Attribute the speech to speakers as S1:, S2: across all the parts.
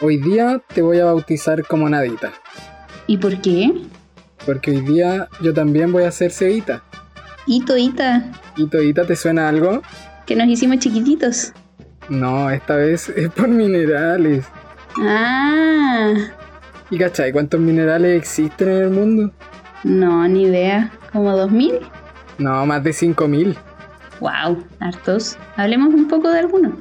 S1: Hoy día te voy a bautizar como Nadita,
S2: ¿Y por qué?
S1: porque hoy día yo también voy a ser Ceita.
S2: Y todita,
S1: ¿Y Toita te suena algo?
S2: que nos hicimos chiquititos.
S1: No, esta vez es por minerales.
S2: Ah,
S1: ¿Y cachai cuántos minerales existen en el mundo?
S2: no, ni idea. ¿Como 2000?
S1: No, más de 5000.
S2: Wow, hartos. Hablemos un poco de alguno.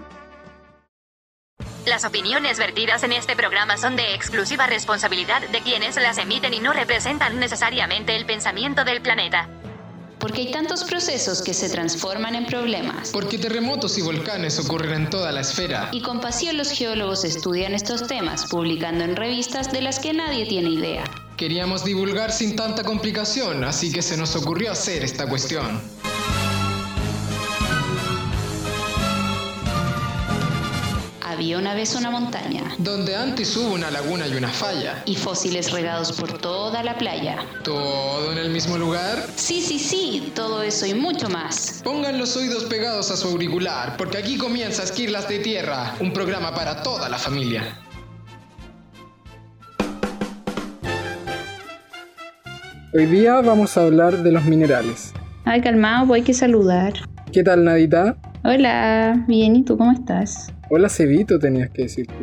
S3: Las opiniones vertidas en este programa son de exclusiva responsabilidad de quienes las emiten y no representan necesariamente el pensamiento del planeta.
S4: Porque hay tantos procesos que se transforman en problemas.
S5: Porque terremotos y volcanes ocurren en toda la esfera.
S4: Y con pasión los geólogos estudian estos temas, publicando en revistas de las que nadie tiene idea.
S5: Queríamos divulgar sin tanta complicación, así que se nos ocurrió hacer esta cuestión.
S4: Había una vez una montaña
S5: Donde antes hubo una laguna y una falla.
S4: y fósiles regados por toda la playa.
S5: ¿Todo en el mismo lugar?
S4: Sí, sí, sí, todo eso y mucho más.
S5: Pongan los oídos pegados a su auricular, porque aquí comienza Esquirlas de Tierra, un programa para toda la familia.
S1: Hoy día vamos a hablar de los minerales.
S2: Ay, calmado, pues hay que saludar.
S1: ¿Qué tal, Nadita?
S2: Hola, bien, ¿y tú cómo estás?
S1: Hola, Cebito, tenías que decir tú.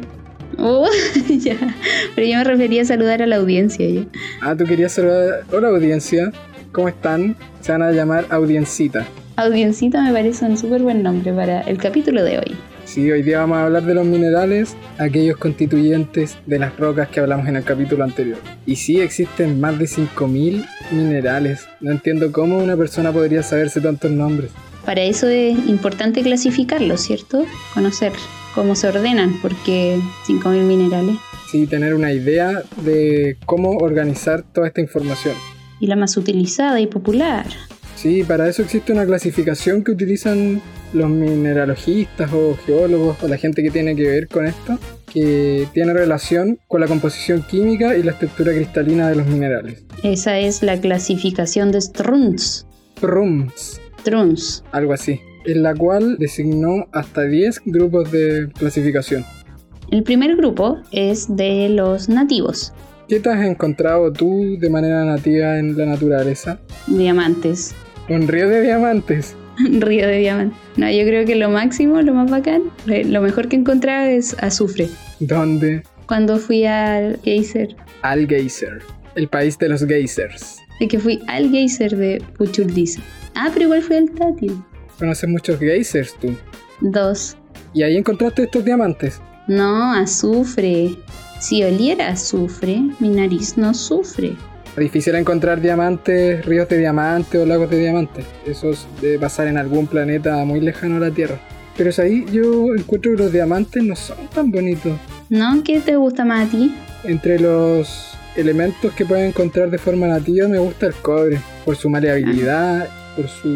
S2: Oh, ya. Pero yo me refería a saludar a la audiencia. ya.
S1: Ah, tú querías saludar. Hola, audiencia. ¿Cómo están? Se van a llamar Audiencita.
S2: Audiencita me parece un súper buen nombre para el capítulo de hoy.
S1: Sí, hoy día vamos a hablar de los minerales, aquellos constituyentes de las rocas que hablamos en el capítulo anterior. Y sí, existen más de 5.000 minerales. No entiendo cómo una persona podría saberse tantos nombres.
S2: Para eso es importante clasificarlos, ¿cierto? Conocer cómo se ordenan, porque 5.000 minerales.
S1: Sí, tener una idea de cómo organizar toda esta información.
S2: Y la más utilizada y popular.
S1: Sí, para eso existe una clasificación que utilizan los mineralogistas o geólogos o la gente que tiene que ver con esto, que tiene relación con la composición química y la estructura cristalina de los minerales.
S2: Esa es la clasificación de Strunz.
S1: PRUMS,
S2: Strunz.
S1: algo así, en la cual designó hasta 10 grupos de clasificación.
S2: El primer grupo es de los nativos,
S1: ¿Qué te has encontrado tú de manera nativa en la naturaleza?
S2: diamantes.
S1: Un río de diamantes.
S2: Río de diamantes. No, yo creo que lo máximo, lo más bacán, eh, lo mejor que encontraba es azufre.
S1: ¿Dónde?
S2: Cuando fui al geyser,
S1: Al Geyser, el país de los geysers.
S2: es que fui al geyser de Puchurdiza. Ah, pero igual fui al tátil.
S1: Conoces muchos geysers tú.
S2: Dos.
S1: Y ahí encontraste estos diamantes.
S2: No, azufre. Si oliera azufre, mi nariz no sufre.
S1: Difícil encontrar diamantes, ríos de diamantes o lagos de diamantes. Eso es de pasar en algún planeta muy lejano a la Tierra. Pero es ahí yo encuentro que los diamantes no son tan bonitos.
S2: ¿No? ¿Qué te gusta más a ti?
S1: Entre los elementos que pueden encontrar de forma nativa me gusta el cobre, por su maleabilidad, por su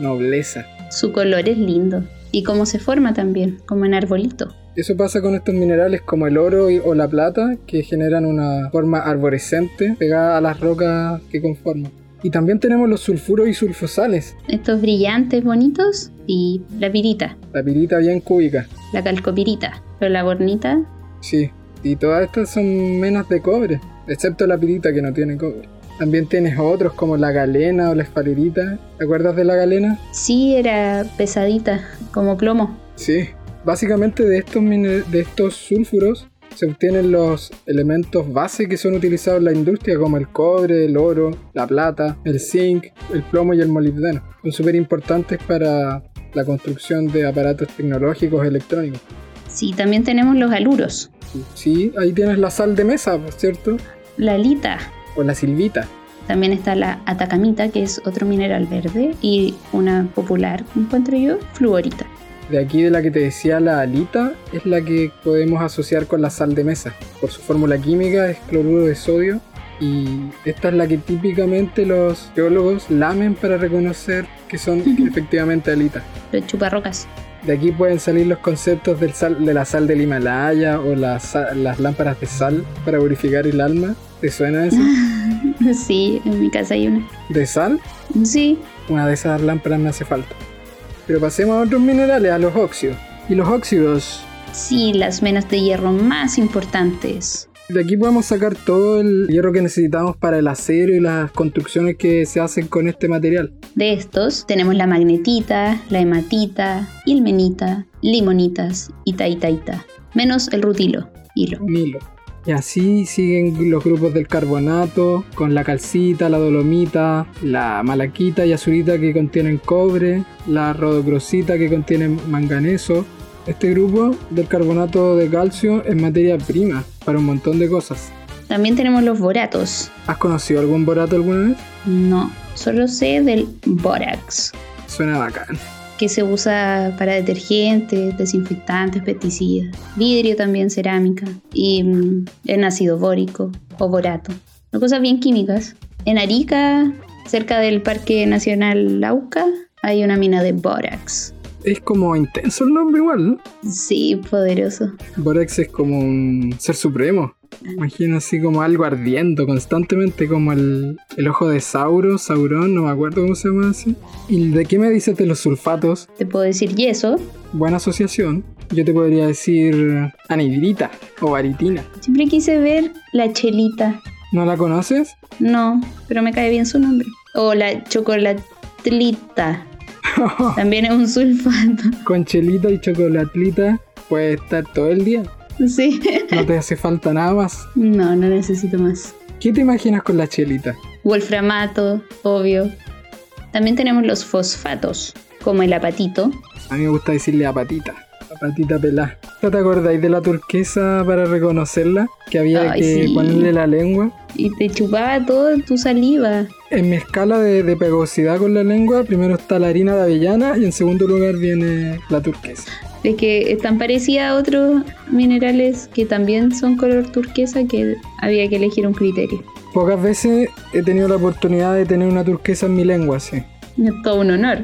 S1: nobleza.
S2: Su color es lindo. Y cómo se forma también, como en arbolito.
S1: Eso pasa con estos minerales como el oro y- o la plata, que generan una forma arborescente pegada a las rocas que conforman. Y también tenemos los sulfuros y sulfosales,
S2: Estos brillantes bonitos y la pirita,
S1: la pirita bien cúbica.
S2: la calcopirita. Pero la bornita,
S1: Sí, y todas estas son menos de cobre, excepto la pirita que no tiene cobre. También tienes otros como la galena o la esfalerita. ¿Te acuerdas de la galena?
S2: sí era pesadita, como plomo.
S1: Sí. Básicamente de estos, mine- de estos sulfuros se obtienen los elementos base que son utilizados en la industria como el cobre, el oro, la plata, el zinc, el plomo y el molibdeno. Son súper importantes para la construcción de aparatos tecnológicos electrónicos.
S2: Sí, también tenemos los aluros.
S1: Sí, Sí, ahí tienes la sal de mesa, ¿cierto?
S2: La alita.
S1: O la silvita.
S2: También está la atacamita, que es otro mineral verde. Y una popular, encuentro yo, fluorita.
S1: De aquí de la que te decía la alita es la que podemos asociar con la sal de mesa. Por su fórmula química es cloruro de sodio y esta es la que típicamente los geólogos lamen para reconocer que son efectivamente alitas.
S2: Los chuparrocas.
S1: De aquí pueden salir los conceptos del sal- de la sal del Himalaya o la sa- las lámparas de sal para purificar el alma. ¿Te suena eso?
S2: Sí, en mi casa hay una.
S1: ¿De sal?
S2: Sí,
S1: Una de esas lámparas me hace falta. Pero pasemos a otros minerales, a los óxidos. Y los óxidos
S2: Sí, las venas de hierro más importantes.
S1: De aquí podemos sacar todo el hierro que necesitamos para el acero y las construcciones que se hacen con este material.
S2: De estos tenemos la magnetita, la hematita, ilmenita, limonitas y taitaita, menos el rutilo, hilo.
S1: Un hilo. Y así siguen los grupos del carbonato, con la calcita, la dolomita, la malaquita y azurita que contienen cobre, la rodocrosita que contienen manganeso. Este grupo del carbonato de calcio es materia prima para un montón de cosas.
S2: También tenemos los boratos.
S1: ¿Has conocido algún borato alguna vez?
S2: No, solo sé del bórax,
S1: Suena bacán.
S2: que se usa para detergentes, desinfectantes, pesticidas, vidrio también, cerámica y mm, en ácido bórico o borato. Son cosas bien químicas. En Arica, cerca del Parque Nacional Lauca, hay una mina de bórax.
S1: Es como intenso el nombre igual, ¿no?
S2: Sí, poderoso.
S1: Borax es como un ser supremo. Imagino así como algo ardiendo constantemente, como el, el ojo de Sauro, Saurón, no me acuerdo cómo se llama así. ¿Y de qué me dices de los sulfatos?
S2: Te puedo decir yeso.
S1: Buena asociación. Yo te podría decir anhidrita o varitina.
S2: Siempre quise ver la chelita.
S1: ¿No la conoces?
S2: No, pero me cae bien su nombre. O la chocolatlita. También es un sulfato.
S1: Con chelita y chocolatlita puedes estar todo el día.
S2: Sí.
S1: No te hace falta nada más.
S2: No, no necesito más.
S1: ¿Qué te imaginas con la chelita?
S2: Wolframato, obvio. También tenemos los fosfatos, como el apatito.
S1: A mí me gusta decirle apatita. Apatita pelá. ¿No te acordáis de la turquesa para reconocerla? Que había
S2: Ay,
S1: que
S2: sí.
S1: ponerle la lengua.
S2: Y te chupaba toda tu saliva.
S1: En mi escala de, de pegosidad con la lengua, primero está la harina de avellana y en segundo lugar viene la turquesa.
S2: Es que es tan parecida a otros minerales que también son color turquesa que había que elegir un criterio.
S1: Pocas veces he tenido la oportunidad de tener una turquesa en mi lengua, sí.
S2: Es todo un honor.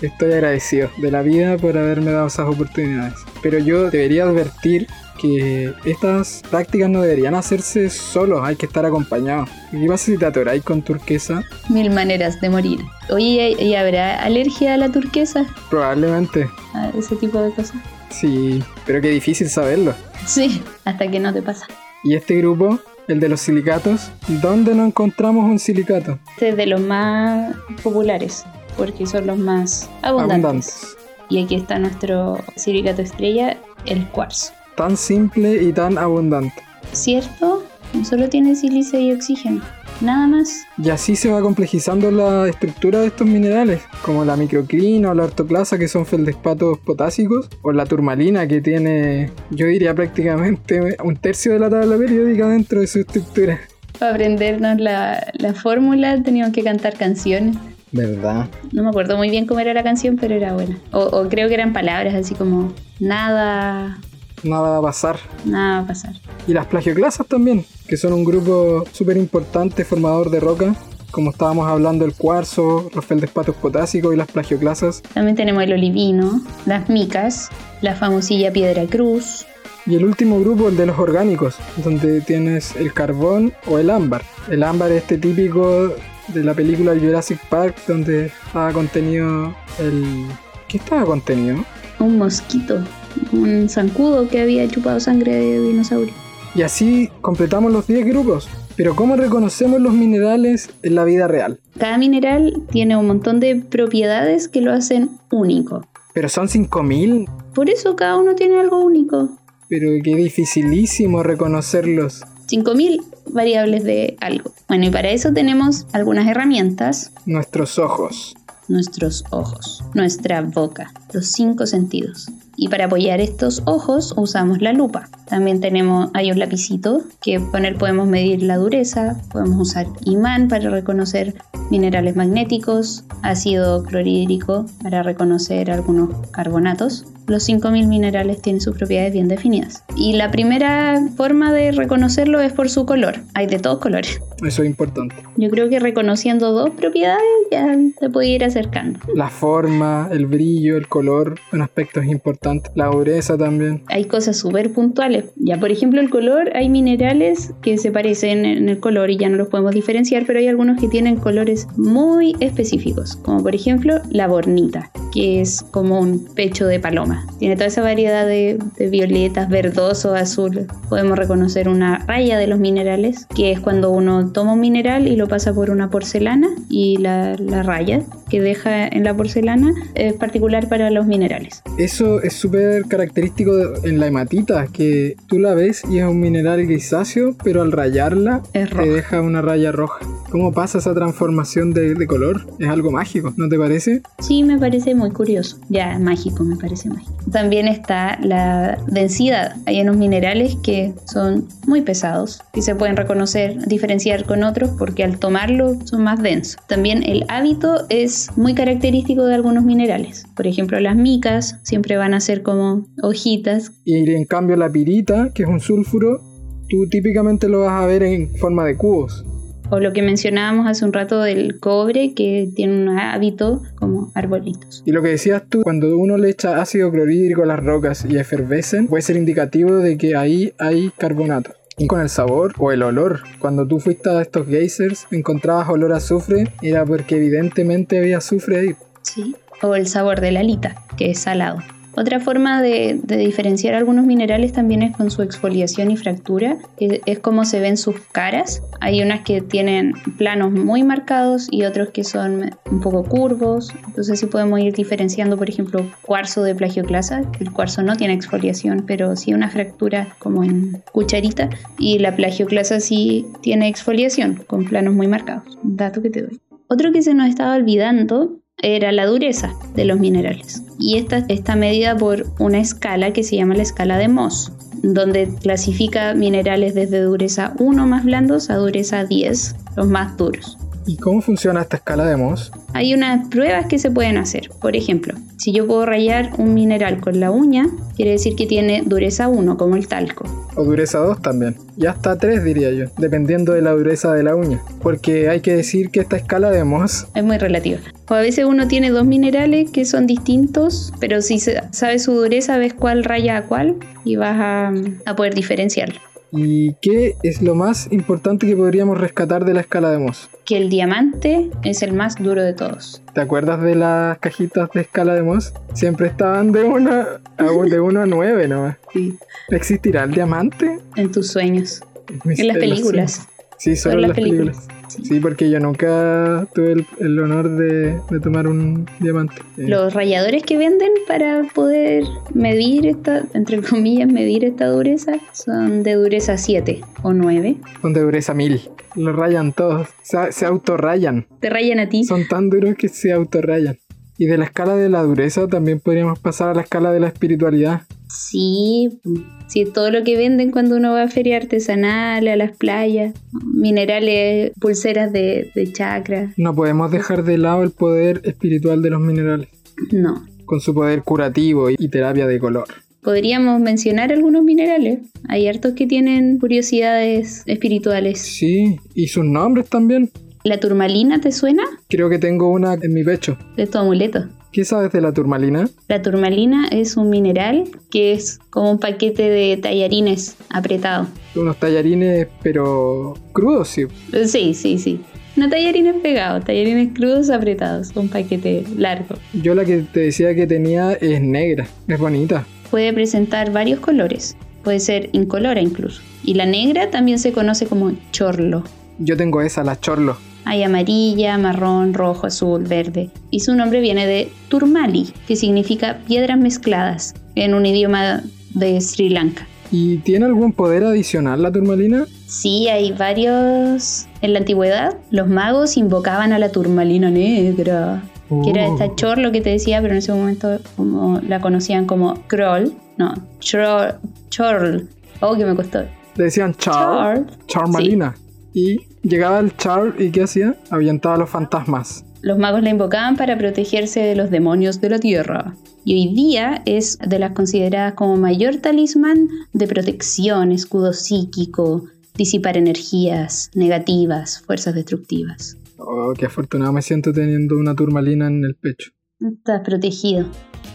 S1: Estoy agradecido de la vida por haberme dado esas oportunidades. Pero yo debería advertir que estas prácticas no deberían hacerse solos, hay que estar acompañados. ¿Y qué pasa si te atoráis con turquesa?
S2: Mil maneras de morir. Oye, ¿y y habrá alergia a la turquesa?
S1: Probablemente.
S2: ¿A ese tipo de cosas?
S1: Sí, pero qué difícil saberlo.
S2: Sí, hasta que no te pasa.
S1: Y este grupo, el de los silicatos, ¿dónde no encontramos un silicato?
S2: Este es de los más populares, porque son los más abundantes.
S1: Abundantes.
S2: Y aquí está nuestro silicato estrella, el cuarzo.
S1: Tan simple y tan abundante.
S2: ¿Cierto? Solo tiene sílice y oxígeno. Nada más.
S1: Y así se va complejizando la estructura de estos minerales, como la microclina o la ortoclasa que son feldespatos potásicos, o la turmalina que tiene, yo diría prácticamente un tercio de la tabla periódica dentro de su estructura.
S2: Para aprendernos la, la fórmula teníamos que cantar canciones.
S1: ¿Verdad?
S2: No me acuerdo muy bien cómo era la canción, pero era buena. O, o creo que eran palabras así como nada,
S1: Nada va a pasar.
S2: nada va a pasar.
S1: Y las plagioclasas también, que son un grupo súper importante formador de roca, como estábamos hablando el cuarzo, los feldespatos potásicos y las plagioclasas.
S2: También tenemos el olivino, las micas, la famosilla piedra cruz,
S1: Y el último grupo, el de los orgánicos, donde tienes el carbón o el ámbar. El ámbar es este típico de la película Jurassic Park, donde estaba contenido el... ¿Qué estaba contenido?
S2: un mosquito, un zancudo que había chupado sangre de dinosaurio.
S1: Y así completamos los 10 grupos. Pero ¿cómo reconocemos los minerales en la vida real?
S2: Cada mineral tiene un montón de propiedades que lo hacen único.
S1: Pero son 5000,
S2: Por eso cada uno tiene algo único.
S1: pero qué dificilísimo reconocerlos.
S2: 5.000 variables de algo. Bueno, y para eso tenemos algunas herramientas.
S1: Nuestros ojos.
S2: Nuestros ojos, nuestra boca, los cinco sentidos. Y para apoyar estos ojos usamos la lupa. También tenemos, hay un lapicito que con él podemos medir la dureza, podemos usar imán para reconocer minerales magnéticos, ácido clorhídrico para reconocer algunos carbonatos. Los 5.000 minerales tienen sus propiedades bien definidas. Y la primera forma de reconocerlo es por su color. Hay de todos colores.
S1: Eso es importante.
S2: Yo creo que reconociendo dos propiedades ya te puede ir acercando.
S1: La forma, el brillo, el color, son aspectos importantes. La dureza también.
S2: Hay cosas súper puntuales. Ya, por ejemplo, el color, hay minerales que se parecen en el color y ya no los podemos diferenciar, pero hay algunos que tienen colores muy específicos, como por ejemplo la bornita. que es como un pecho de paloma. Tiene toda esa variedad de, de violetas, verdoso, azul. Podemos reconocer una raya de los minerales, que es cuando uno toma un mineral y lo pasa por una porcelana y la, la raya que deja en la porcelana es particular para los minerales.
S1: Eso es súper característico de- en la hematita, que tú la ves y es un mineral grisáceo, pero al rayarla
S2: Es
S1: te
S2: roja.
S1: deja una raya roja. ¿Cómo pasa esa transformación de, de color? Es algo mágico, ¿no te parece?
S2: Sí, me parece muy curioso. Ya, mágico, me parece mágico. También está la densidad. Hay unos minerales que son muy pesados y se pueden reconocer, diferenciar con otros porque al tomarlo son más densos. También el hábito es muy característico de algunos minerales. Por ejemplo, las micas siempre van a ser como hojitas.
S1: Y en cambio la pirita, que es un sulfuro, tú típicamente lo vas a ver en forma de cubos.
S2: O lo que mencionábamos hace un rato del cobre que tiene un hábito como arbolitos.
S1: Y lo que decías tú, cuando uno le echa ácido clorhídrico a las rocas y efervescen, puede ser indicativo de que ahí hay carbonato. Y con el sabor o el olor, cuando tú fuiste a estos geysers, encontrabas olor a azufre, era porque evidentemente había azufre ahí.
S2: Sí, o el sabor de la alita, que es salado. Otra forma de, de diferenciar algunos minerales también es con su exfoliación y fractura, que es como se ven sus caras. Hay unas que tienen planos muy marcados y otros que son un poco curvos. Entonces sí podemos ir diferenciando, por ejemplo, cuarzo de plagioclasa, que el cuarzo no tiene exfoliación, pero sí una fractura como en cucharita, y la plagioclasa sí tiene exfoliación, con planos muy marcados. Dato que te doy. Otro que se nos estaba olvidando era la dureza de los minerales. Y esta está medida por una escala que se llama la escala de Mohs, donde clasifica minerales desde dureza 1 más blandos a dureza 10, los más duros.
S1: ¿Y cómo funciona esta escala de Mohs?
S2: Hay unas pruebas que se pueden hacer. Por ejemplo, si yo puedo rayar un mineral con la uña, quiere decir que tiene dureza 1, como el talco.
S1: O dureza 2 también. Y hasta 3 diría yo, dependiendo de la dureza de la uña. Porque hay que decir que esta escala de Mohs
S2: es muy relativa. O a veces uno tiene dos minerales que son distintos, pero si se- sabes su dureza, ves cuál raya a cuál y vas a, a poder diferenciarlo.
S1: ¿Y qué es lo más importante que podríamos rescatar de la escala de Mohs?
S2: Que el diamante es el más duro de todos.
S1: ¿Te acuerdas de las cajitas de escala de Moss? Siempre estaban de 1 a, un- de uno a 9 nomás.
S2: Sí.
S1: ¿Existirá el diamante?
S2: En tus sueños, en las películas.
S1: Sí, solo en las películas. Sí, porque yo nunca tuve el, el honor de, de tomar un diamante. Eh,
S2: Los rayadores que venden para poder medir esta, entre comillas, medir esta dureza son de dureza 7 o 9.
S1: Son de dureza 1000. Lo rayan todos. Se, se autorrayan.
S2: Te rayan a ti.
S1: Son tan duros que se autorrayan. Y de la escala de la dureza también podríamos pasar a la escala de la espiritualidad.
S2: Sí, sí, todo lo que venden cuando uno va a feria artesanal, a las playas, minerales, pulseras de, de chakra,
S1: No podemos dejar de lado el poder espiritual de los minerales.
S2: no.
S1: con su poder curativo y terapia de color.
S2: Podríamos mencionar algunos minerales. Hay hartos que tienen curiosidades espirituales.
S1: Sí, y sus nombres también.
S2: ¿La turmalina te suena?
S1: Creo que tengo una en mi pecho.
S2: De tu amuleto.
S1: ¿Qué sabes de la turmalina?
S2: La turmalina es un mineral que es como un paquete de tallarines apretado.
S1: Unos tallarines, pero crudos, sí.
S2: Eh, Sí, sí, sí. No tallarines pegados, tallarines crudos apretados, un paquete largo.
S1: Yo la que te decía que tenía es negra, es bonita.
S2: puede presentar varios colores, puede ser incolora incluso. Y la negra también se conoce como chorlo.
S1: Yo tengo esa, la chorlo.
S2: Hay amarilla, marrón, rojo, azul, verde. Y su nombre viene de turmali, que significa piedras mezcladas, en un idioma de Sri Lanka.
S1: ¿Y tiene algún poder adicional la turmalina?
S2: Sí, hay varios... En la antigüedad, los magos invocaban a la turmalina negra, que era
S1: Oh.
S2: esta chorlo que te decía, pero en ese momento como la conocían como Kroll. No, chor, chorl. Oh, que me costó.
S1: Le decían char,
S2: Char.
S1: charmalina. Y llegaba el char y ¿qué hacía? Ahuyentaba a los fantasmas.
S2: Los magos la invocaban para protegerse de los demonios de la tierra. Y hoy día es de las consideradas como mayor talismán de protección, escudo psíquico, disipar energías negativas, fuerzas destructivas.
S1: Oh, qué afortunado me siento teniendo una turmalina en el pecho.
S2: Estás protegido.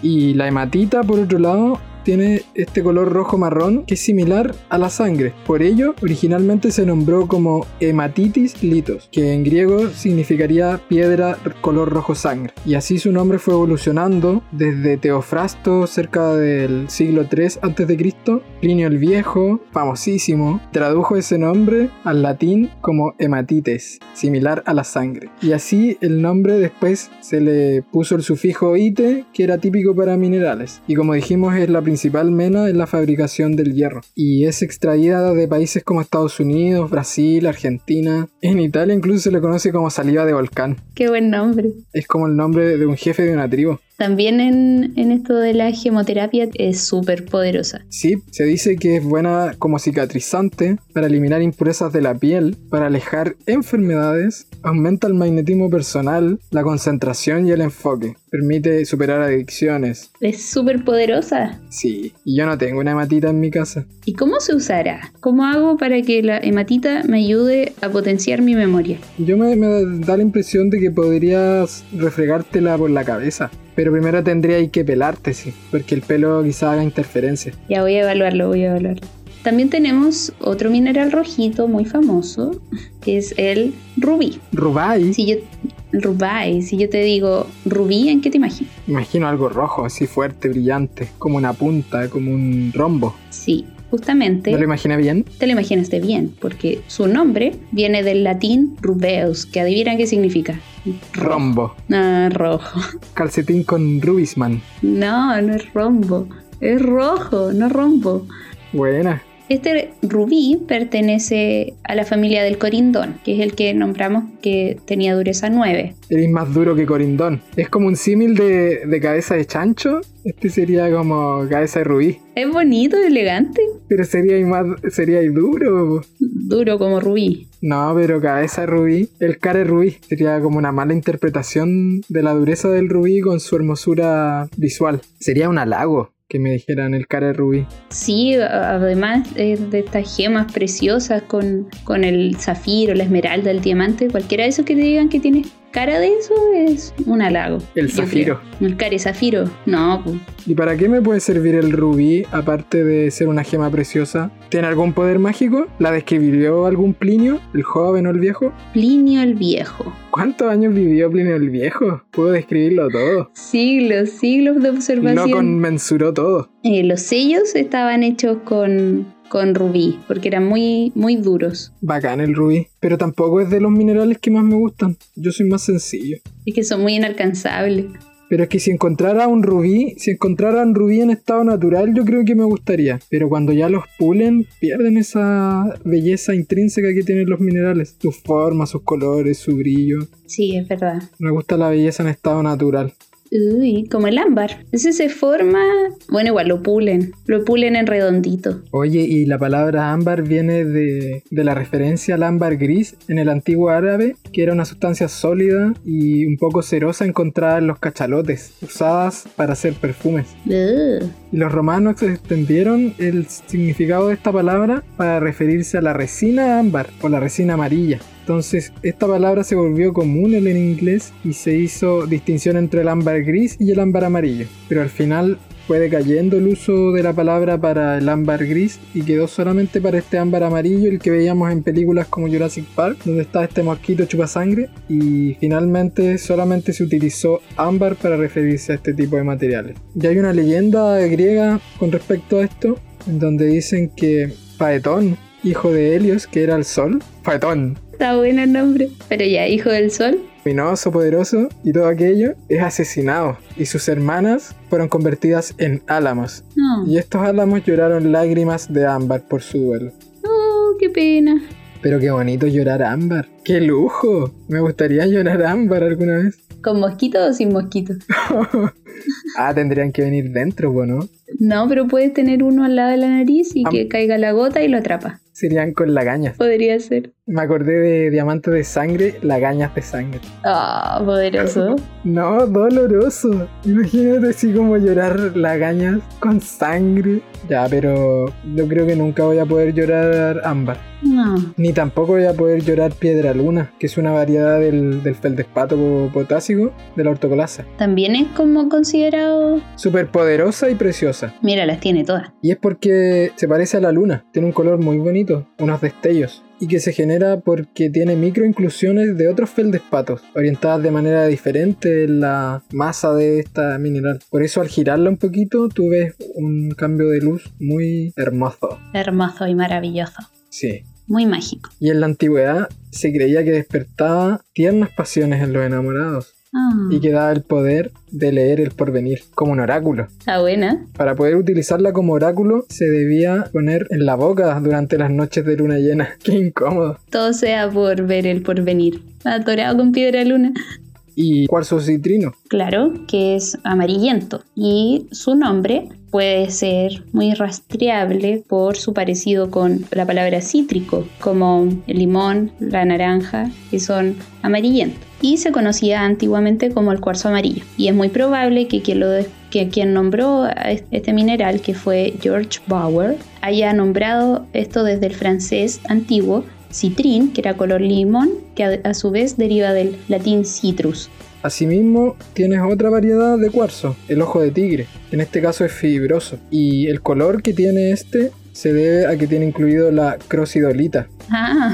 S1: Y la hematita, por otro lado, tiene este color rojo marrón que es similar a la sangre. Por ello, originalmente se nombró como hematitis litos, que en griego significaría piedra color rojo sangre. Y así su nombre fue evolucionando desde Teofrasto cerca del siglo III a.C., Plinio el Viejo, famosísimo, tradujo ese nombre al latín como hematites, similar a la sangre. Y así el nombre después se le puso el sufijo ite, que era típico para minerales. Y como dijimos, es la principal mena en la fabricación del hierro. Y es extraída de países como Estados Unidos, Brasil, Argentina. En Italia incluso se le conoce como saliva de volcán.
S2: Qué buen nombre.
S1: Es como el nombre de un jefe de una tribu.
S2: También en, en, esto de la gemoterapia es súper poderosa.
S1: Sí, se dice que es buena como cicatrizante para eliminar impurezas de la piel, para alejar enfermedades, aumenta el magnetismo personal, la concentración y el enfoque. Permite superar adicciones.
S2: Es súper poderosa.
S1: Sí, y yo no tengo una hematita en mi casa.
S2: ¿Y cómo se usará? ¿Cómo hago para que la hematita me ayude a potenciar mi memoria?
S1: Yo me, me da la impresión de que podrías refregártela por la cabeza. Pero primero tendríais que pelarte, sí, porque el pelo quizá haga interferencia.
S2: Ya voy a evaluarlo, voy a evaluarlo. También tenemos otro mineral rojito muy famoso, que es el rubí.
S1: ¿Rubái?
S2: Si yo, rubái, si yo te digo rubí, ¿en qué te imaginas?
S1: Imagino algo rojo, así fuerte, brillante, como una punta, como un rombo.
S2: Sí, justamente.
S1: ¿No lo imaginé bien?
S2: Te lo imaginaste bien, porque su nombre viene del latín rubeus, que adivina qué significa.
S1: Rombo.
S2: Ah, rojo.
S1: Calcetín con rubisman.
S2: No, no es rombo. Es rojo, no rombo.
S1: Buena.
S2: Este rubí pertenece a la familia del corindón, que es el que nombramos que tenía dureza 9.
S1: Eres más duro que corindón. Es como un símil de, de cabeza de chancho. Este sería como cabeza de rubí.
S2: Es bonito, elegante.
S1: Pero sería más, sería duro.
S2: Duro como rubí.
S1: No, pero cabeza de rubí, el care rubí sería como una mala interpretación de la dureza del rubí con su hermosura visual. Sería un halago que me dijeran el cara rubí.
S2: Sí, además eh, de estas gemas preciosas con, con, el zafiro, la esmeralda, el diamante, cualquiera de esos que te digan que tienes cara de eso es un halago.
S1: El zafiro.
S2: Creo. El care zafiro, no. Pues.
S1: ¿Y para qué me puede servir el rubí aparte de ser una gema preciosa? ¿Tiene algún poder mágico? ¿La describió algún Plinio, el joven o el viejo?
S2: Plinio el viejo.
S1: ¿Cuántos años vivió Plinio el Viejo? Puedo describirlo todo.
S2: Siglos, siglos de observación.
S1: Lo conmensuró todo.
S2: Eh, los sellos estaban hechos con, con rubí, porque eran muy, muy duros.
S1: Bacán el rubí, pero tampoco es de los minerales que más me gustan. Yo soy más sencillo.
S2: Es que son muy inalcanzables.
S1: Pero es que si encontrara un rubí, si encontrara un rubí en estado natural, yo creo que me gustaría. Pero cuando ya los pulen, pierden esa belleza intrínseca que tienen los minerales. Su forma, sus colores, su brillo.
S2: Sí, es verdad.
S1: Me gusta la belleza en estado natural.
S2: Uy, como el ámbar. Ese se forma. Bueno, igual lo pulen. Lo pulen en redondito.
S1: Oye, y la palabra ámbar viene de, de, la referencia al ámbar gris en el antiguo árabe, que era una sustancia sólida y un poco cerosa encontrada en los cachalotes, usadas para hacer perfumes.
S2: Uh.
S1: Y los romanos extendieron el significado de esta palabra para referirse a la resina ámbar o la resina amarilla. Entonces, esta palabra se volvió común en el inglés y se hizo distinción entre el ámbar gris y el ámbar amarillo. Pero al final fue decayendo el uso de la palabra para el ámbar gris y quedó solamente para este ámbar amarillo, el que veíamos en películas como Jurassic Park, donde está este mosquito chupa sangre. Y finalmente solamente se utilizó ámbar para referirse a este tipo de materiales. Y hay una leyenda griega con respecto a esto, en donde dicen que Paetón, hijo de Helios, que era el sol, Paetón,
S2: Está bueno el nombre. Pero ya, Hijo del Sol.
S1: Minoso, poderoso y todo aquello, es asesinado. Y sus hermanas fueron convertidas en álamos.
S2: No.
S1: Y estos álamos lloraron lágrimas de ámbar por su duelo.
S2: Oh, qué pena.
S1: Pero qué bonito llorar ámbar. ¡Qué lujo! Me gustaría llorar ámbar alguna vez.
S2: ¿Con mosquito o sin mosquito?
S1: ah, tendrían que venir dentro, ¿no?
S2: No, pero puedes tener uno al lado de la nariz y Am que caiga la gota y lo atrapa.
S1: Serían con la caña.
S2: Podría ser.
S1: Me acordé de diamantes de sangre, lagañas de sangre.
S2: Ah, poderoso.
S1: No, doloroso. Imagínate así como llorar lagañas con sangre. Ya, pero yo creo que nunca voy a poder llorar ámbar.
S2: No.
S1: Ni tampoco voy a poder llorar piedra luna, que es una variedad del, del feldespato potásico de la ortocolasa.
S2: También es como considerado.
S1: Súper poderosa y preciosa.
S2: Mira, las tiene todas.
S1: Y es porque se parece a la luna, tiene un color muy bonito, unos destellos. Y que se genera porque tiene microinclusiones de otros feldespatos, orientadas de manera diferente en la masa de esta mineral. Por eso al girarla un poquito, tú ves un cambio de luz muy hermoso.
S2: Hermoso y maravilloso.
S1: Sí.
S2: Muy mágico.
S1: Y en la antigüedad se creía que despertaba tiernas pasiones en los enamorados
S2: Ah,
S1: y que daba el poder de leer el porvenir como un oráculo.
S2: está buena.
S1: Para poder utilizarla como oráculo se debía poner en la boca durante las noches de luna llena. Qué incómodo.
S2: Todo sea por ver el porvenir. Atorado con piedra luna.
S1: Y cuarzo citrino.
S2: Claro, que es amarillento y su nombre puede ser muy rastreable por su parecido con la palabra cítrico, como el limón, la naranja, que son amarillentos. Y se conocía antiguamente como el cuarzo amarillo. Y es muy probable que quien, lo des- que quien nombró a es- este mineral, que fue George Bauer, haya nombrado esto desde el francés antiguo, citrín, que era color limón, que a- a su vez deriva del latín citrus,
S1: Asimismo, tienes otra variedad de cuarzo, el ojo de tigre. En este caso es fibroso. Y el color que tiene este se debe a que tiene incluido la crocidolita.
S2: Ah,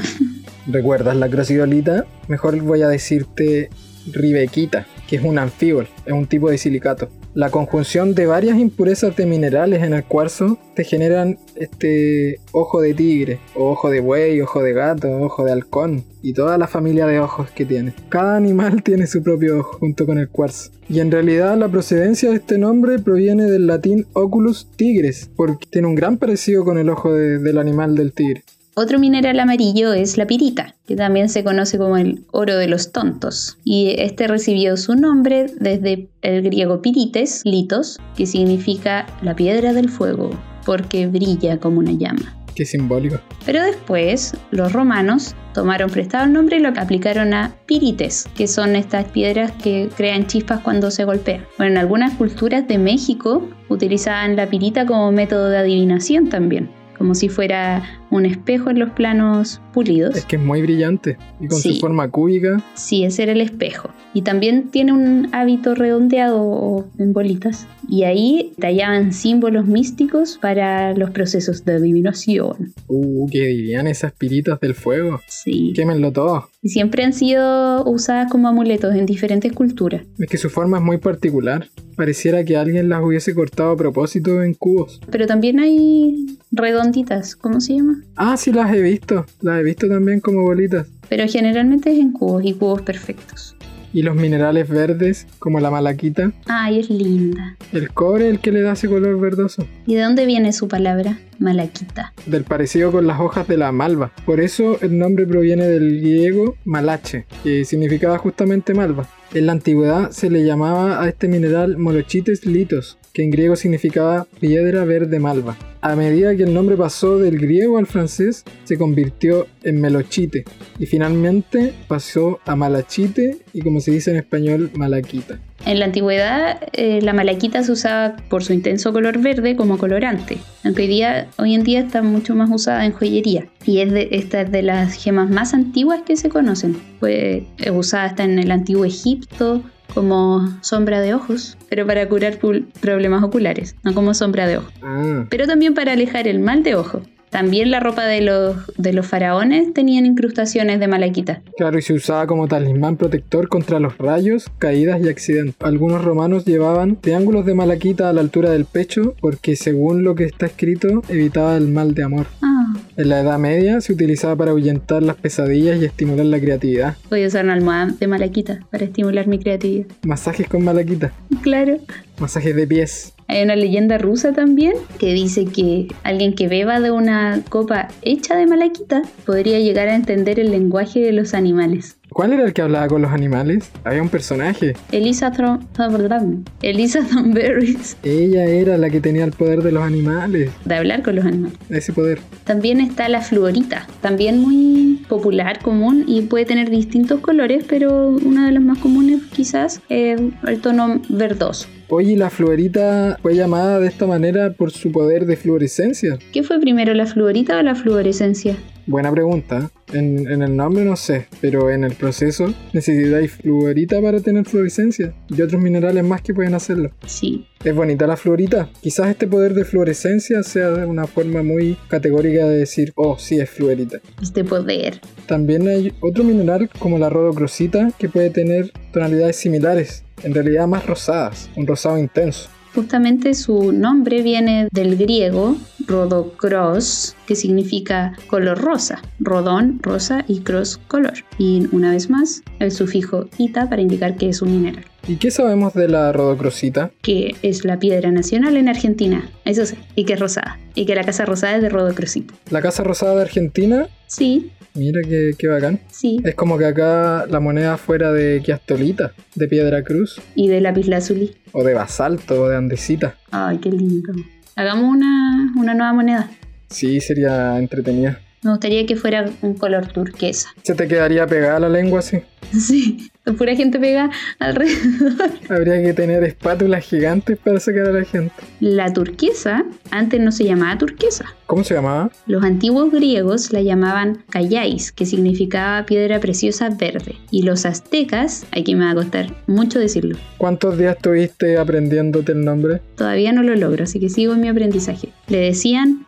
S1: ¿Recuerdas la crocidolita? Mejor voy a decirte ribequita, que es un anfíbol, es un tipo de silicato. La conjunción de varias impurezas de minerales en el cuarzo te generan este ojo de tigre, o ojo de buey, ojo de gato, ojo de halcón y toda la familia de ojos que tiene. Cada animal tiene su propio ojo junto con el cuarzo. Y en realidad la procedencia de este nombre proviene del latín oculus tigres, porque tiene un gran parecido con el ojo de- del animal del tigre.
S2: otro mineral amarillo es la pirita, que también se conoce como el oro de los tontos. Y este recibió su nombre desde el griego pirites, litos, que significa la piedra del fuego, porque brilla como una llama.
S1: Qué simbólico.
S2: Pero después, los romanos tomaron prestado el nombre y lo aplicaron a pirites, que son estas piedras que crean chispas cuando se golpean. Bueno, en algunas culturas de México utilizaban la pirita como método de adivinación también, como si fuera un espejo en los planos
S1: Es
S2: pulidos.
S1: que es muy brillante y con
S2: Sí.
S1: su forma cúbica.
S2: Sí, ese era el espejo. Y también tiene un hábito redondeado o en bolitas. Y ahí tallaban símbolos místicos para los procesos de adivinación.
S1: Uh, que dirían esas piritas del fuego.
S2: Sí.
S1: Quémenlo todo.
S2: y siempre han sido usadas como amuletos en diferentes culturas.
S1: Es que su forma es muy particular. Pareciera que alguien las hubiese cortado a propósito en cubos.
S2: Pero también hay redonditas, ¿cómo se llama?
S1: Ah, sí, las he visto. Las he visto también como bolitas.
S2: Pero generalmente es en cubos y cubos perfectos.
S1: Y los minerales verdes, como la malaquita.
S2: Ay, es linda.
S1: El cobre es el que le da ese color verdoso.
S2: ¿Y de dónde viene su palabra? Malaquita.
S1: Del parecido con las hojas de la malva. Por eso el nombre proviene del griego malache, que significaba justamente malva. En la antigüedad se le llamaba a este mineral molochites litos, que en griego significaba piedra verde malva. A medida que el nombre pasó del griego al francés, se convirtió en melochite y finalmente pasó a malachite y como se dice en español, malaquita.
S2: En la antigüedad, eh, la malaquita se usaba por su intenso color verde como colorante, aunque hoy, día, hoy en día está mucho más usada en joyería. Y es de, esta es de las gemas más antiguas que se conocen. Fue eh, usada hasta en el antiguo Egipto como sombra de ojos, pero para curar pul- problemas oculares, no como sombra de ojos
S1: Ah,
S2: pero también para alejar el mal de ojo. También la ropa de los, de los faraones tenían incrustaciones de malaquita.
S1: Claro, y se usaba como talismán protector contra los rayos, caídas y accidentes. Algunos romanos llevaban triángulos de malaquita a la altura del pecho porque según lo que está escrito evitaba el mal de amor.
S2: Ah,
S1: En la Edad Media se utilizaba para ahuyentar las pesadillas y estimular la creatividad.
S2: voy a usar una almohada de malaquita para estimular mi creatividad.
S1: Masajes con malaquita,
S2: Claro.
S1: masajes de pies.
S2: Hay una leyenda rusa también que dice que alguien que beba de una copa hecha de malaquita podría llegar a entender el lenguaje de los animales.
S1: ¿Cuál era el que hablaba con los animales? Había un personaje.
S2: Elisa Thrum- Thorburn- Elisa Thornberrys
S1: Ella era la que tenía el poder de los animales.
S2: de hablar con los animales.
S1: Ese poder.
S2: También está la fluorita, también muy popular, común y puede tener distintos colores, pero una de las más comunes quizás es el tono verdoso.
S1: Oye, ¿y la fluorita fue llamada de esta manera por su poder de fluorescencia.
S2: ¿Qué fue primero, la fluorita o la fluorescencia?
S1: Buena pregunta. En, en el nombre no sé, pero en el proceso necesitáis fluorita para tener fluorescencia y otros minerales más que pueden hacerlo.
S2: Sí,
S1: Es bonita la fluorita. Quizás este poder de fluorescencia sea una forma muy categórica de decir, oh, sí es fluorita.
S2: este poder.
S1: También hay otro mineral como la rodocrosita que puede tener tonalidades similares, en realidad más rosadas, un rosado intenso.
S2: Justamente su nombre viene del griego rodocross, que significa color rosa, rodón, rosa y cross, color. Y una vez más, el sufijo ita para indicar que es un mineral,
S1: ¿Y qué sabemos de la rodocrosita?
S2: que es la piedra nacional en Argentina, eso sí, y que es rosada, y que la casa rosada es de rodocrosita.
S1: La Casa Rosada de Argentina,
S2: Sí,
S1: mira qué, qué bacán.
S2: sí,
S1: Es como que acá la moneda fuera de quiastolita, de piedra cruz,
S2: y de lapislázuli.
S1: o de basalto, o de andesita.
S2: Ay, qué lindo. Hagamos una, una nueva moneda.
S1: Sí, sería entretenida.
S2: Me gustaría que fuera un color turquesa.
S1: Se te quedaría pegada la lengua así.
S2: Sí, pura gente pega alrededor.
S1: Habría que tener espátulas gigantes para sacar a la gente.
S2: La turquesa antes no se llamaba turquesa.
S1: ¿Cómo se llamaba?
S2: Los antiguos griegos la llamaban kayais, que significaba piedra preciosa verde. Y los aztecas, aquí me va a costar mucho decirlo,
S1: ¿Cuántos días estuviste aprendiéndote el nombre?
S2: todavía no lo logro, así que sigo en mi aprendizaje. Le decían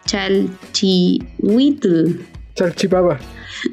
S2: chalchihuitl.
S1: Chalchipapa.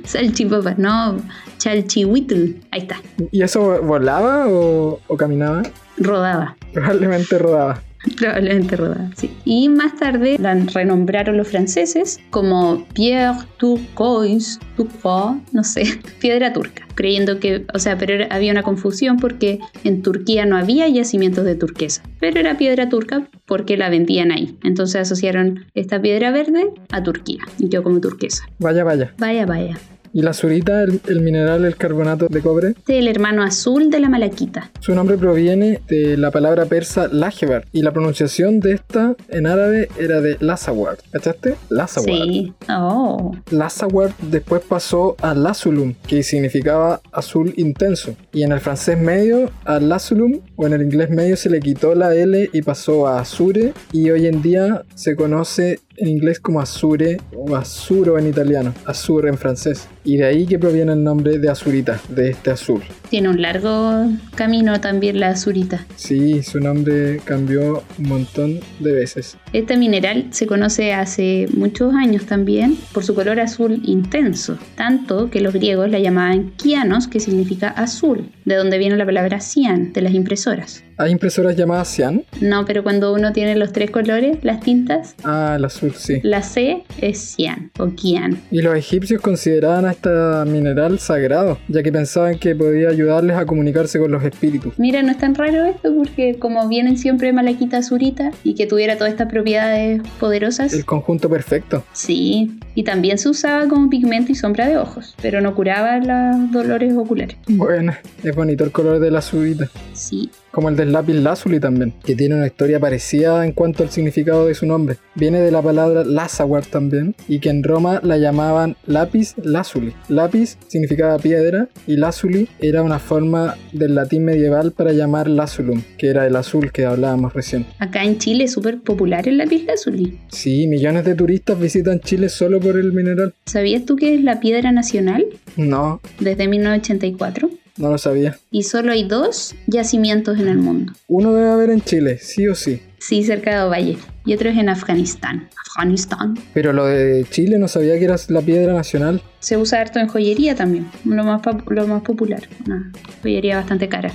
S2: Salchipapas, no, chalchihuitl. Ahí está,
S1: ¿Y eso volaba o, o caminaba?
S2: rodaba.
S1: Probablemente rodaba.
S2: Probablemente rodada, sí. Y más tarde la renombraron los franceses como Pierre Turquoise, Turquoise, no sé, piedra turca, creyendo que, o sea, pero era- había una confusión porque en Turquía no había yacimientos de turquesa, pero era piedra turca porque la vendían ahí. Entonces asociaron esta piedra verde a Turquía y quedó como turquesa.
S1: Vaya, vaya.
S2: Vaya, vaya.
S1: ¿Y la zurita, el, el mineral, el carbonato de cobre?
S2: Este es el hermano azul de la malaquita.
S1: Su nombre proviene de la palabra persa lajevar y la pronunciación de esta en árabe era de lazawar. ¿Cachaste? Lazawar.
S2: Sí. Oh,
S1: Lazawar después pasó a Lazulum, que significaba azul intenso. Y en el francés medio, a Lazulum, o en el inglés medio, se le quitó la L y pasó a Azure. Y hoy en día se conoce en inglés como Azure o Azuro en italiano, Azure en francés. Y de ahí que proviene el nombre de Azurita, de este azul.
S2: tiene un largo camino también la azurita.
S1: Sí, su nombre cambió un montón de veces.
S2: Este mineral se conoce hace muchos años también por su color azul intenso, tanto que los griegos la llamaban kianos, que significa azul, de donde viene la palabra cian, de las impresoras.
S1: ¿Hay impresoras llamadas Cian?
S2: No, pero cuando uno tiene los tres colores, las tintas,
S1: Ah, el azul, sí.
S2: la C es cian o kian.
S1: Y los egipcios consideraban a este mineral sagrado, ya que pensaban que podía ayudarles a comunicarse con los espíritus.
S2: Mira, no es tan raro esto porque como vienen siempre malaquita azurita y que tuviera todas estas propiedades poderosas,
S1: El conjunto perfecto.
S2: sí, y también se usaba como pigmento y sombra de ojos, pero no curaba los dolores oculares.
S1: Bueno, es bonito el color de la subida.
S2: Sí,
S1: Como el del lápiz lazuli también, que tiene una historia parecida en cuanto al significado de su nombre. Viene de la palabra lazawar también, y que en Roma la llamaban lápiz lazuli. Lápiz significaba piedra, y lazuli era una forma del latín medieval para llamar lazulum, que era el azul que hablábamos recién.
S2: Acá en Chile es súper popular el lápiz lazuli.
S1: Sí, millones de turistas visitan Chile solo por el mineral.
S2: ¿Sabías tú que es la piedra nacional
S1: No,
S2: desde 1984?
S1: no lo sabía.
S2: Y solo hay dos yacimientos en el mundo.
S1: Uno debe haber en Chile, sí o sí.
S2: Sí, cerca de Ovalle. Y otro es en Afganistán. Afganistán.
S1: Pero lo de Chile no sabía que era la piedra nacional.
S2: Se usa harto en joyería también. Lo más, pop- lo más popular. Una joyería bastante cara.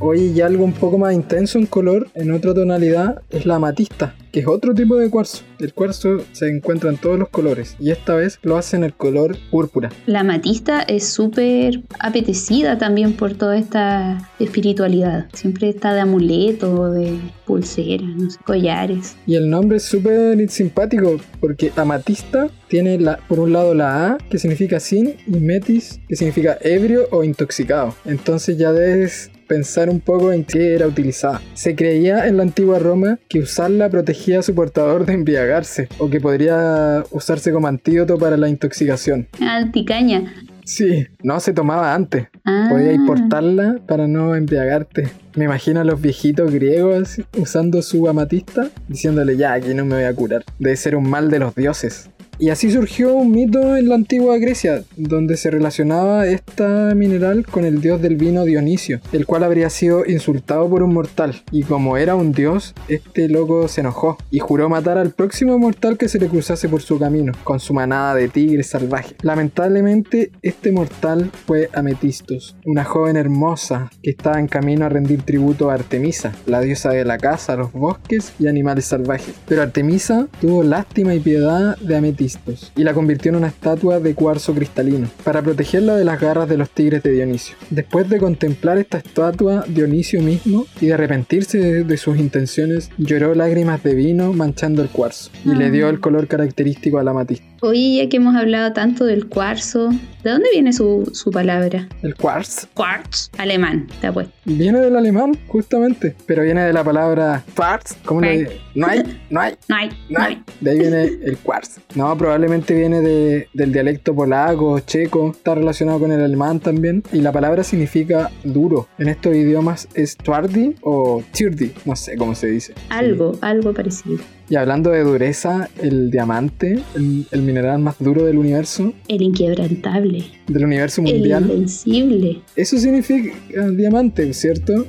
S1: Hoy y algo un poco más intenso en color, en otra tonalidad, es la amatista, que es otro tipo de cuarzo. El cuarzo se encuentra en todos los colores y esta vez lo hace en el color púrpura.
S2: La amatista es súper apetecida también por toda esta espiritualidad. Siempre está de amuleto, de pulseras, no sé, collares.
S1: Y el nombre es súper simpático porque amatista tiene la, por un lado la A, que significa sin, y metis, que significa ebrio o intoxicado. Entonces ya debes pensar un poco en qué era utilizada. Se creía en la antigua Roma que usarla protegía a su portador de embriagarse o que podría usarse como antídoto para la intoxicación.
S2: Ah, Anticaña.
S1: Sí, no se tomaba antes.
S2: Ah,
S1: Podía importarla para no embriagarte. Me imagino a los viejitos griegos usando su amatista, diciéndole ya, aquí no me voy a curar. Debe ser un mal de los dioses. Y así surgió un mito en la antigua Grecia, donde se relacionaba esta mineral con el dios del vino Dionisio, el cual habría sido insultado por un mortal. Y como era un dios, este loco se enojó y juró matar al próximo mortal que se le cruzase por su camino, con su manada de tigres salvajes. Lamentablemente, este mortal fue Ametistos, una joven hermosa que estaba en camino a rendir tributo a Artemisa, la diosa de la casa, los bosques y animales salvajes. Pero Artemisa tuvo lástima y piedad de Ametistos y la convirtió en una estatua de cuarzo cristalino para protegerla de las garras de los tigres de Dionisio. Después de contemplar esta estatua, Dionisio mismo y de arrepentirse de, de sus intenciones, lloró lágrimas de vino manchando el cuarzo y le dio el color característico al amatista.
S2: Oye, ya que hemos hablado tanto del cuarzo, ¿de dónde viene su, su palabra?
S1: El cuarzo
S2: Quartz. Alemán, te apuesto.
S1: Viene del alemán, justamente, pero viene de la palabra quartz. ¿Cómo le
S2: Quartz.
S1: No hay, no hay,
S2: No hay,
S1: no hay. De ahí viene el quartz. No, probablemente viene de- del dialecto polaco, checo, está relacionado con el alemán también. Y la palabra significa duro. En estos idiomas es twardi o tirdi, no sé cómo se dice.
S2: Algo, algo parecido.
S1: Y hablando de dureza, el diamante, el, el mineral más duro del universo,
S2: El inquebrantable.
S1: del universo
S2: El
S1: mundial,
S2: invencible.
S1: eso significa eh, diamante, ¿cierto?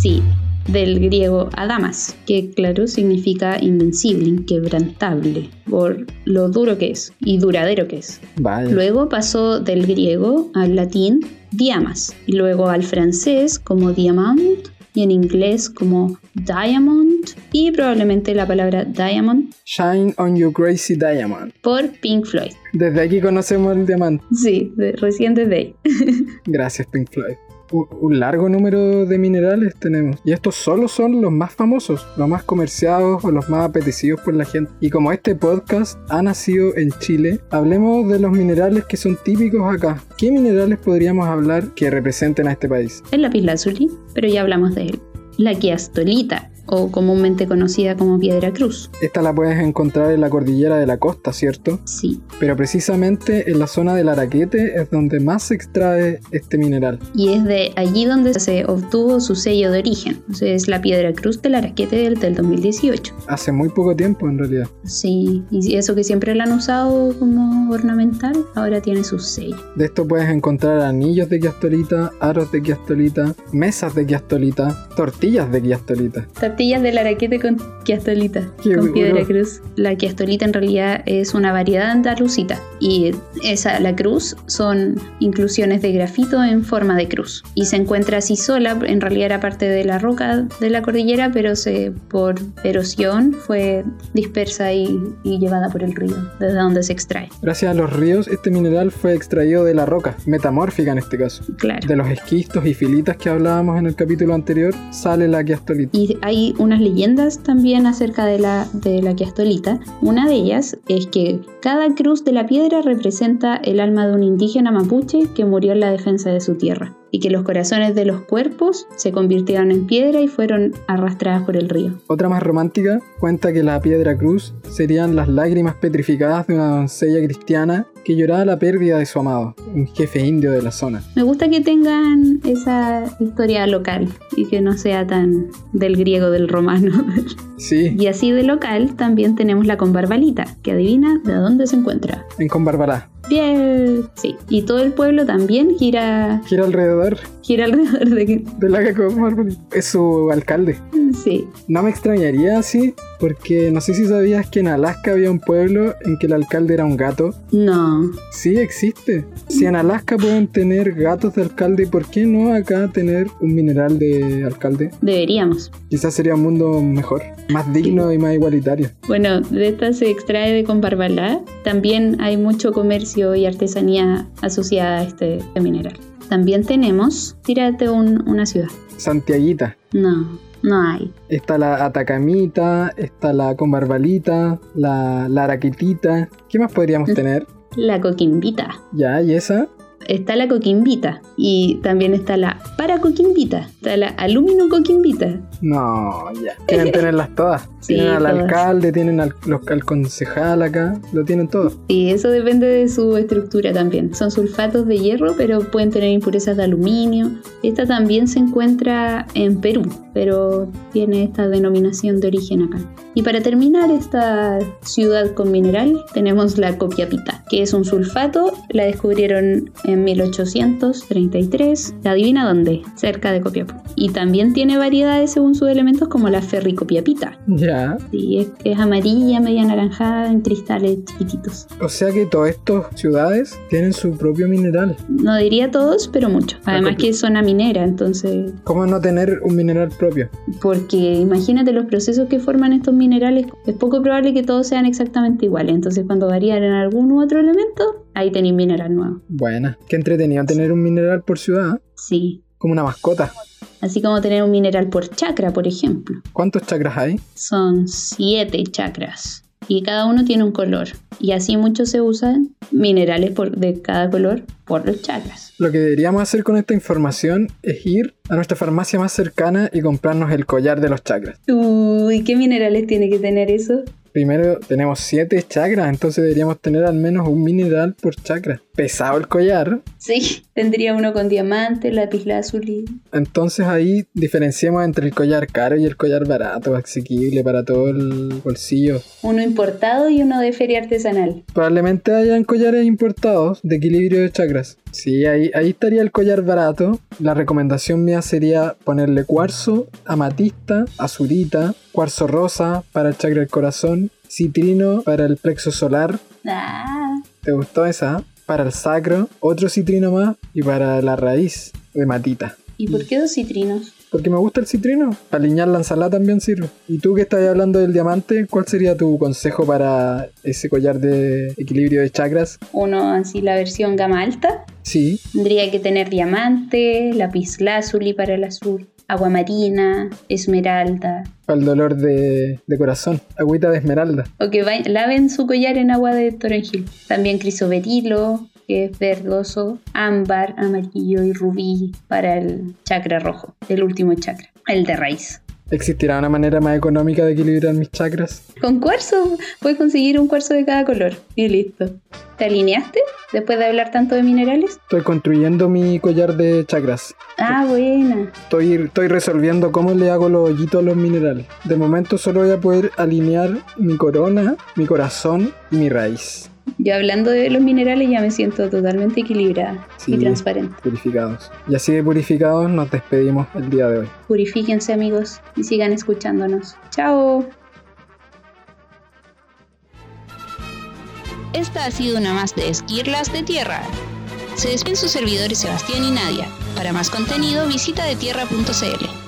S2: Sí, del griego adamas, que claro significa invencible, inquebrantable, por lo duro que es y duradero que es.
S1: Vaya.
S2: Luego pasó del griego al latín diamas, y luego al francés como diamant, y en inglés como diamond, y probablemente la palabra diamond
S1: Shine on your crazy diamond.
S2: por Pink Floyd.
S1: Desde aquí conocemos el diamante.
S2: Sí, de- recién desde ahí.
S1: Gracias, Pink Floyd. Un, un largo número de minerales tenemos. Y estos solo son los más famosos, los más comerciados o los más apetecidos por la gente. Y como este podcast ha nacido en Chile, hablemos de los minerales que son típicos acá. ¿Qué minerales podríamos hablar que representen a este país?
S2: El lapislázuli, pero ya hablamos de él. La quiastolita, o comúnmente conocida como piedra cruz.
S1: Esta la puedes encontrar en la cordillera de la costa, ¿cierto?
S2: Sí,
S1: Pero precisamente en la zona del Araquete es donde más se extrae este mineral.
S2: y es de allí donde se obtuvo su sello de origen. Entonces, es la piedra cruz del Araquete del, del 2018.
S1: Hace muy poco tiempo en realidad.
S2: Sí, y eso que siempre la han usado como ornamental, ahora tiene su sello.
S1: De esto puedes encontrar anillos de quiastolita, aros de quiastolita, mesas de quiastolita, tortillas de quiastolita.
S2: Tortillas del araquete con quiastolita,
S1: Qué
S2: con
S1: bueno.
S2: piedra cruz. La quiastolita en realidad es una variedad andalucita y esa, la cruz son inclusiones de grafito en forma de cruz y se encuentra así sola, en realidad era parte de la roca de la cordillera, pero se, por erosión fue dispersa y, y llevada por el río, desde donde se extrae.
S1: Gracias a los ríos, este mineral fue extraído de la roca, metamórfica en este caso.
S2: Claro.
S1: De los esquistos y filitas que hablábamos en el capítulo anterior, sale la quiastolita.
S2: Y hay unas leyendas también acerca de la, de la quiastolita. Una de ellas es que cada cruz de la piedra representa el alma de un indígena mapuche que murió en la defensa de su tierra y que los corazones de los cuerpos se convirtieron en piedra y fueron arrastradas por el río.
S1: Otra más romántica cuenta que la piedra cruz serían las lágrimas petrificadas de una doncella cristiana que lloraba la pérdida de su amado, un jefe indio de la zona.
S2: Me gusta que tengan esa historia local y que no sea tan del griego, del romano.
S1: Sí,
S2: y así de local también tenemos la combarbalita, que adivina de dónde se encuentra.
S1: en Combarbalá.
S2: Bien, sí. Y todo el pueblo también gira
S1: Gira alrededor
S2: gira alrededor de que
S1: de la Combarbalá. Es su alcalde.
S2: sí
S1: No me extrañaría así, porque no sé si sabías que en Alaska había un pueblo en que el alcalde era un gato.
S2: no
S1: Sí, existe. Si en Alaska pueden tener gatos de alcalde, ¿por qué no acá tener un mineral de alcalde?
S2: deberíamos
S1: Quizás sería un mundo mejor, más digno y más igualitario.
S2: bueno de esta se extrae de Comparbalá también hay mucho comercio y artesanía asociada a este, este mineral también tenemos tírate un- una ciudad
S1: Santiaguita.
S2: no no hay
S1: Está la Atacamita, está la Combarbalita, la, la Araquitita. ¿Qué más podríamos tener?
S2: la coquimbita
S1: Ya, y esa.
S2: Está la coquimbita y también está la paracoquimbita, está la alumino coquimbita.
S1: No, ya. Quieren tenerlas todas.
S2: Sí,
S1: tienen al
S2: todas.
S1: alcalde, tienen al, los- al concejal acá, lo tienen todo.
S2: Y eso depende de su estructura también. Son sulfatos de hierro, pero pueden tener impurezas de aluminio. Esta también se encuentra en Perú, pero tiene esta denominación de origen acá. Y para terminar esta ciudad con mineral, tenemos la copiapita, que es un sulfato. La descubrieron en 1833. ¿Adivina dónde? Cerca de Copiapó. Y también tiene variedades según sus elementos como la ferricopiapita.
S1: Ya.
S2: Sí, es, es amarilla, media anaranjada, en cristales chiquititos.
S1: O sea que todas estas ciudades tienen su propio mineral.
S2: No diría todos, pero muchos. Además
S1: copi-
S2: que es zona minera, entonces...
S1: ¿Cómo no tener un mineral propio?
S2: Porque imagínate los procesos que forman estos minerales. Es poco probable que todos sean exactamente iguales. Entonces cuando varían en algún u otro elemento, ahí tenéis mineral nuevo.
S1: Buena. Qué entretenido tener un mineral por ciudad, ¿eh?
S2: Sí.
S1: como una mascota.
S2: Así como tener un mineral por chakra, por ejemplo.
S1: ¿Cuántos chakras hay?
S2: Son siete chakras. Y cada uno tiene un color. Y así muchos se usan minerales por- de cada color por los chakras.
S1: Lo que deberíamos hacer con esta información es ir a nuestra farmacia más cercana y comprarnos el collar de los chakras.
S2: Uy, ¿qué minerales tiene que tener eso?
S1: Primero tenemos siete chakras, entonces deberíamos tener al menos un mineral por chakra. Pesado el collar,
S2: Sí, tendría uno con diamante, lápiz lazuli.
S1: entonces ahí diferenciamos entre el collar caro y el collar barato, asequible para todo el bolsillo.
S2: Uno importado y uno de feria artesanal.
S1: Probablemente hayan collares importados de equilibrio de chakras. Sí, ahí, ahí estaría el collar barato. La recomendación mía sería ponerle cuarzo, amatista, azurita, cuarzo rosa para el chakra del corazón, citrino para el plexo solar.
S2: Ah,
S1: ¿Te gustó esa? Para el sacro, otro citrino más y para la raíz de matita.
S2: ¿y por qué dos citrinos?
S1: Porque me gusta el citrino. Para alinear la ensalada también sirve. Y tú que estás hablando del diamante, ¿cuál sería tu consejo para ese collar de equilibrio de chakras?
S2: Uno así la versión gama alta.
S1: Sí,
S2: Tendría que tener diamante, lápiz lazuli para el azul, agua marina, esmeralda.
S1: Para el dolor de, de corazón. Agüita de esmeralda.
S2: O que vai- laven su collar en agua de toronjil. También crisoberilo, que es verdoso, ámbar, amarillo y rubí para el chakra rojo, el último chakra, el de raíz.
S1: ¿Existirá una manera más económica de equilibrar mis chakras?
S2: Con cuarzo, puedes conseguir un cuarzo de cada color y listo. ¿Te alineaste después de hablar tanto de minerales?
S1: Estoy construyendo mi collar de chakras.
S2: Ah, buena.
S1: Estoy, estoy resolviendo cómo le hago los hoyitos a los minerales. De momento solo voy a poder alinear mi corona, mi corazón y mi raíz.
S2: Yo hablando de los minerales ya me siento totalmente equilibrada
S1: Sí.
S2: y transparente.
S1: Purificados. Y así de purificados nos despedimos el día de hoy.
S2: Purifíquense amigos y sigan escuchándonos. Chao.
S4: Esta ha sido una más de Esquirlas de Tierra. Se despiden sus servidores Sebastián y Nadia. Para más contenido visita detierra.cl.